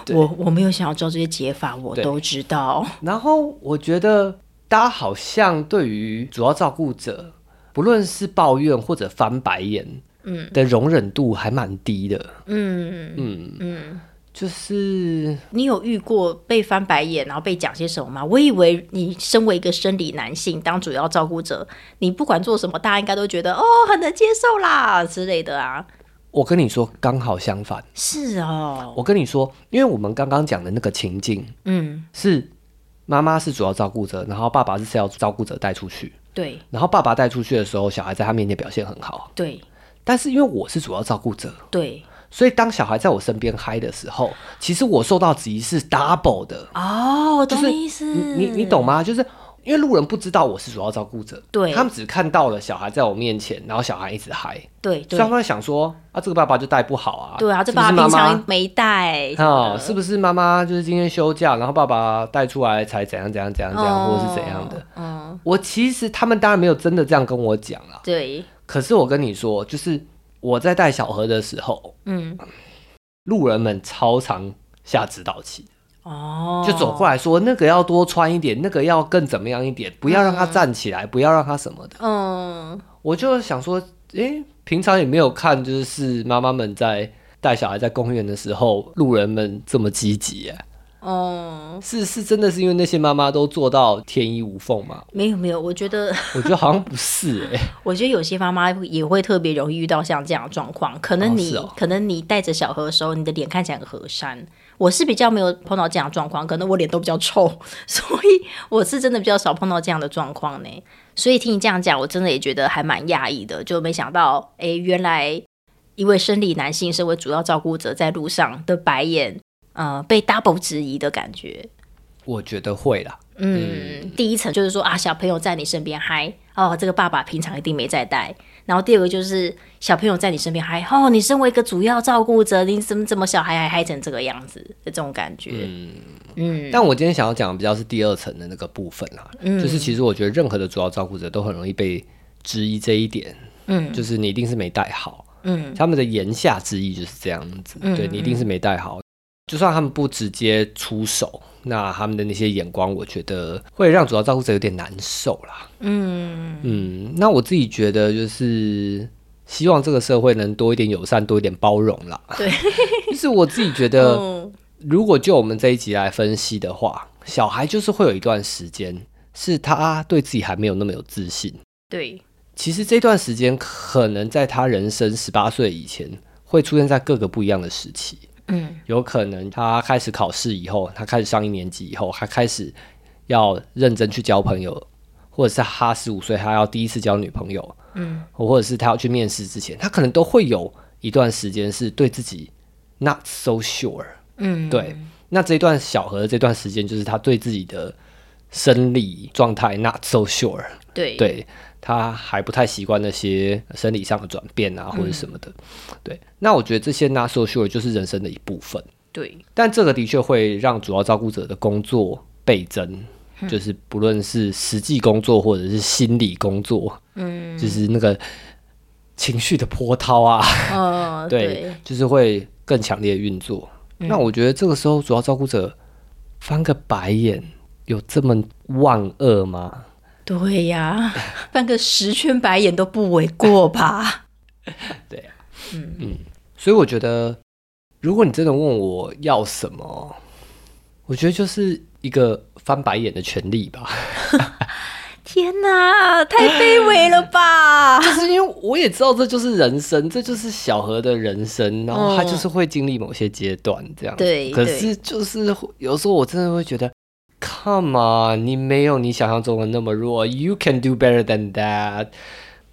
A: 我我没有想要知道这些解法，我
B: 对
A: 都知道。
B: 然后我觉得大家好像对于主要照顾者，不论是抱怨或者翻白眼，嗯，的容忍度还蛮低的，
A: 嗯，
B: 就是
A: 你有遇过被翻白眼，然后被讲些什么吗？我以为你身为一个生理男性，当主要照顾者，你不管做什么，大家应该都觉得哦，很能接受啦之类的啊。
B: 我跟你说刚好相反，
A: 是哦，
B: 我跟你说，因为我们刚刚讲的那个情境
A: 嗯，
B: 是妈妈是主要照顾者，然后爸爸是受照顾者带出去，
A: 对
B: 然后爸爸带出去的时候，小孩在他面前表现很好，
A: 对
B: 但是因为我是主要照顾者，
A: 对，
B: 所以当小孩在我身边嗨的时候，其实我受到质疑是 double 的，
A: 哦，我
B: 就
A: 懂
B: 是
A: 你意思，
B: 你你你懂吗？就是因为路人不知道我是主要照顾者，
A: 对
B: 他们只看到了小孩在我面前，然后小孩一直嗨，
A: 对
B: 所以他
A: 对
B: 们会想说啊，这个爸爸就带不好啊，
A: 对啊，这
B: 是不是
A: 爸爸平
B: 妈妈
A: 常没带
B: 哦，是不是妈妈就是今天休假，然后爸爸带出来才怎样怎样怎样怎样，或者是怎样的？？
A: 哦嗯，
B: 我其实他们当然没有真的这样跟我讲啦，
A: 对，
B: 可是我跟你说，就是我在带小何的时候，
A: 嗯，
B: 路人们超常下指导棋，
A: 哦，
B: 就走过来说那个要多穿一点，那个要更怎么样一点，不要让他站起来，不要让他什么的。
A: 嗯，
B: 我就想说，诶、平常也没有看，就是妈妈们在带小孩在公园的时候，路人们这么积极、耶。
A: 哦，
B: 是是真的是因为那些妈妈都做到天衣无缝吗？
A: 没有没有，我觉得。
B: 我觉得好像不 是哎、
A: 我觉得有些妈妈也会特别容易遇到像这样的状况，可能你、
B: 哦是哦
A: 可能你带着小何的时候，你的脸看起来很和善。我是比较没有碰到这样的状况，可能我脸都比较臭， 所以我是真的比较少碰到这样的状况呢。所以听你这样讲，我真的也觉得还蛮讶异的，就没想到，诶，原来一位生理男性身为主要照顾者，在路上的白眼，呃，被 double 质疑的感觉。
B: 我觉得会啦，
A: 嗯，第一层就是说啊，小朋友在你身边嗨，哦，这个爸爸平常一定没在带。然后第二个就是小朋友在你身边嗨，哦，你身为一个主要照顾者，你怎么怎么小孩还嗨成这个样子的这种感觉，嗯
B: 但我今天想要讲的比较是第二层的那个部分啦，就是其实我觉得任何的主要照顾者都很容易被质疑这一点，
A: 嗯
B: 就是你一定是没带好，
A: 嗯
B: 他们的言下之意就是这样子，
A: 嗯
B: 对你一定是没带好。就算他们不直接出手，那他们的那些眼光，我觉得会让主要照顾者有点难受啦。
A: 嗯，
B: 嗯，那我自己觉得就是希望这个社会能多一点友善，多一点包容啦。
A: 对，
B: 就是我自己觉得，
A: 嗯
B: 如果就我们这一集来分析的话，小孩就是会有一段时间是他对自己还没有那么有自信。
A: 对，
B: 其实这段时间可能在他人生十八岁以前，会出现在各个不一样的时期。
A: 嗯
B: 有可能他开始考试以后，他开始上一年级以后，他开始要认真去交朋友，或者是他十五岁他要第一次交女朋友，
A: 嗯，
B: 或者是他要去面试之前，他可能都会有一段时间是对自己 not so sure。
A: 嗯，
B: 对，那这一段小何的这段时间，就是他对自己的生理状态 not so sure。
A: 对
B: 对他还不太习惯那些生理上的转变啊，或者什么的。对，那我觉得这些 not so sure 就是人生的一部分，
A: 对
B: 但这个的确会让主要照顾者的工作倍增。就是不论是实际工作或者是心理工作，嗯，就是那个情绪的波涛啊，
A: 嗯
B: 对，嗯
A: 对，
B: 就是会更强烈运作。那我觉得这个时候主要照顾者翻个白眼，有这么万恶吗？
A: 对呀， 翻个十圈白眼都不为过吧？
B: 所以我觉得，如果你真的问我要什么， 我觉得就是一个翻白眼的权利吧。
A: 天哪，太卑微了吧！
B: 就是因为我也知道这就是人生，这就是小何的人生，然后他就是会经历某些阶段这样。
A: 对
B: 可是就是有时候我真的会觉得，Come on，你没有你想象中的那么弱，You can do better than that。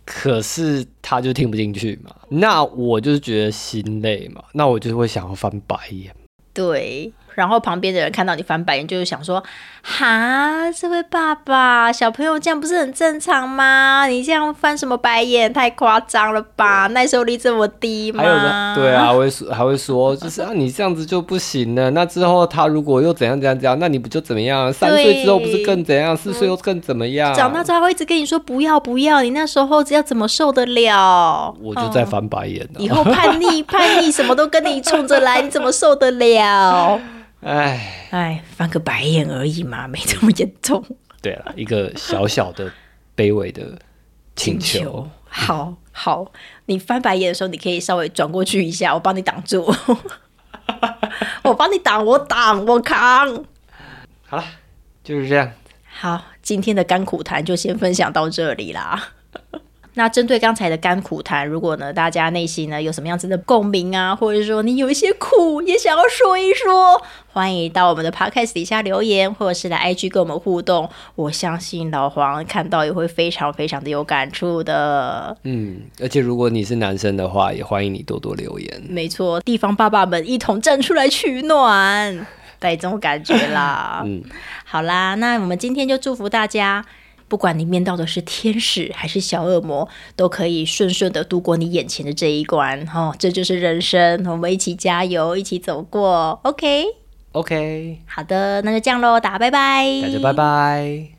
B: 可是他就听不进去嘛，那我就是觉得心累嘛，那我就是会想要翻白眼。
A: 对，然后旁边的人看到你翻白眼，就是想说：“哈，这位爸爸，小朋友这样不是很正常吗？你这样翻什么白眼？太夸张了吧？耐受力这么低吗？”
B: 还有呢，对啊，会说还会说，就是啊，你这样子就不行了。那之后他如果又怎样怎样怎样，那你不就怎么样？三岁之后不是更怎样？四岁又更怎么样？
A: 啊长大之后他会一直跟你说不要不要，你那时候要怎么受得了？
B: 我就在翻白眼
A: 以后叛 逆叛逆什么都跟你冲着来，你怎么受得 了？
B: 哎、
A: 哎，翻个白眼而已嘛，没这么严重。
B: 对了，一个小小的卑微的请求，
A: 好好，你翻白眼的时候，你可以稍微转过去一下，我帮你挡住，我帮你挡，我挡，我扛。
B: 好了，就是这样。
A: 好，今天的甘苦谈就先分享到这里啦。那针对刚才的甘苦谈，如果呢大家内心呢有什么样子的共鸣啊，或者说你有一些苦也想要说一说，欢迎到我们的 podcast 底下留言，或者是来 IG 跟我们互动。我相信老黄看到也会非常非常的有感触的。
B: 嗯，而且如果你是男生的话，也欢迎你多多留言。
A: 没错，地方爸爸们一同站出来取暖，对，这种感觉 啦。嗯，好啦，那我们今天就祝福大家，不管你面到的是天使还是小恶魔，都可以顺顺的度过你眼前的这一关。哦，这就是人生，我们一起加油，一起走过。OK，
B: OK，
A: 好的，那就这样喽，大家拜拜，
B: 大家拜拜。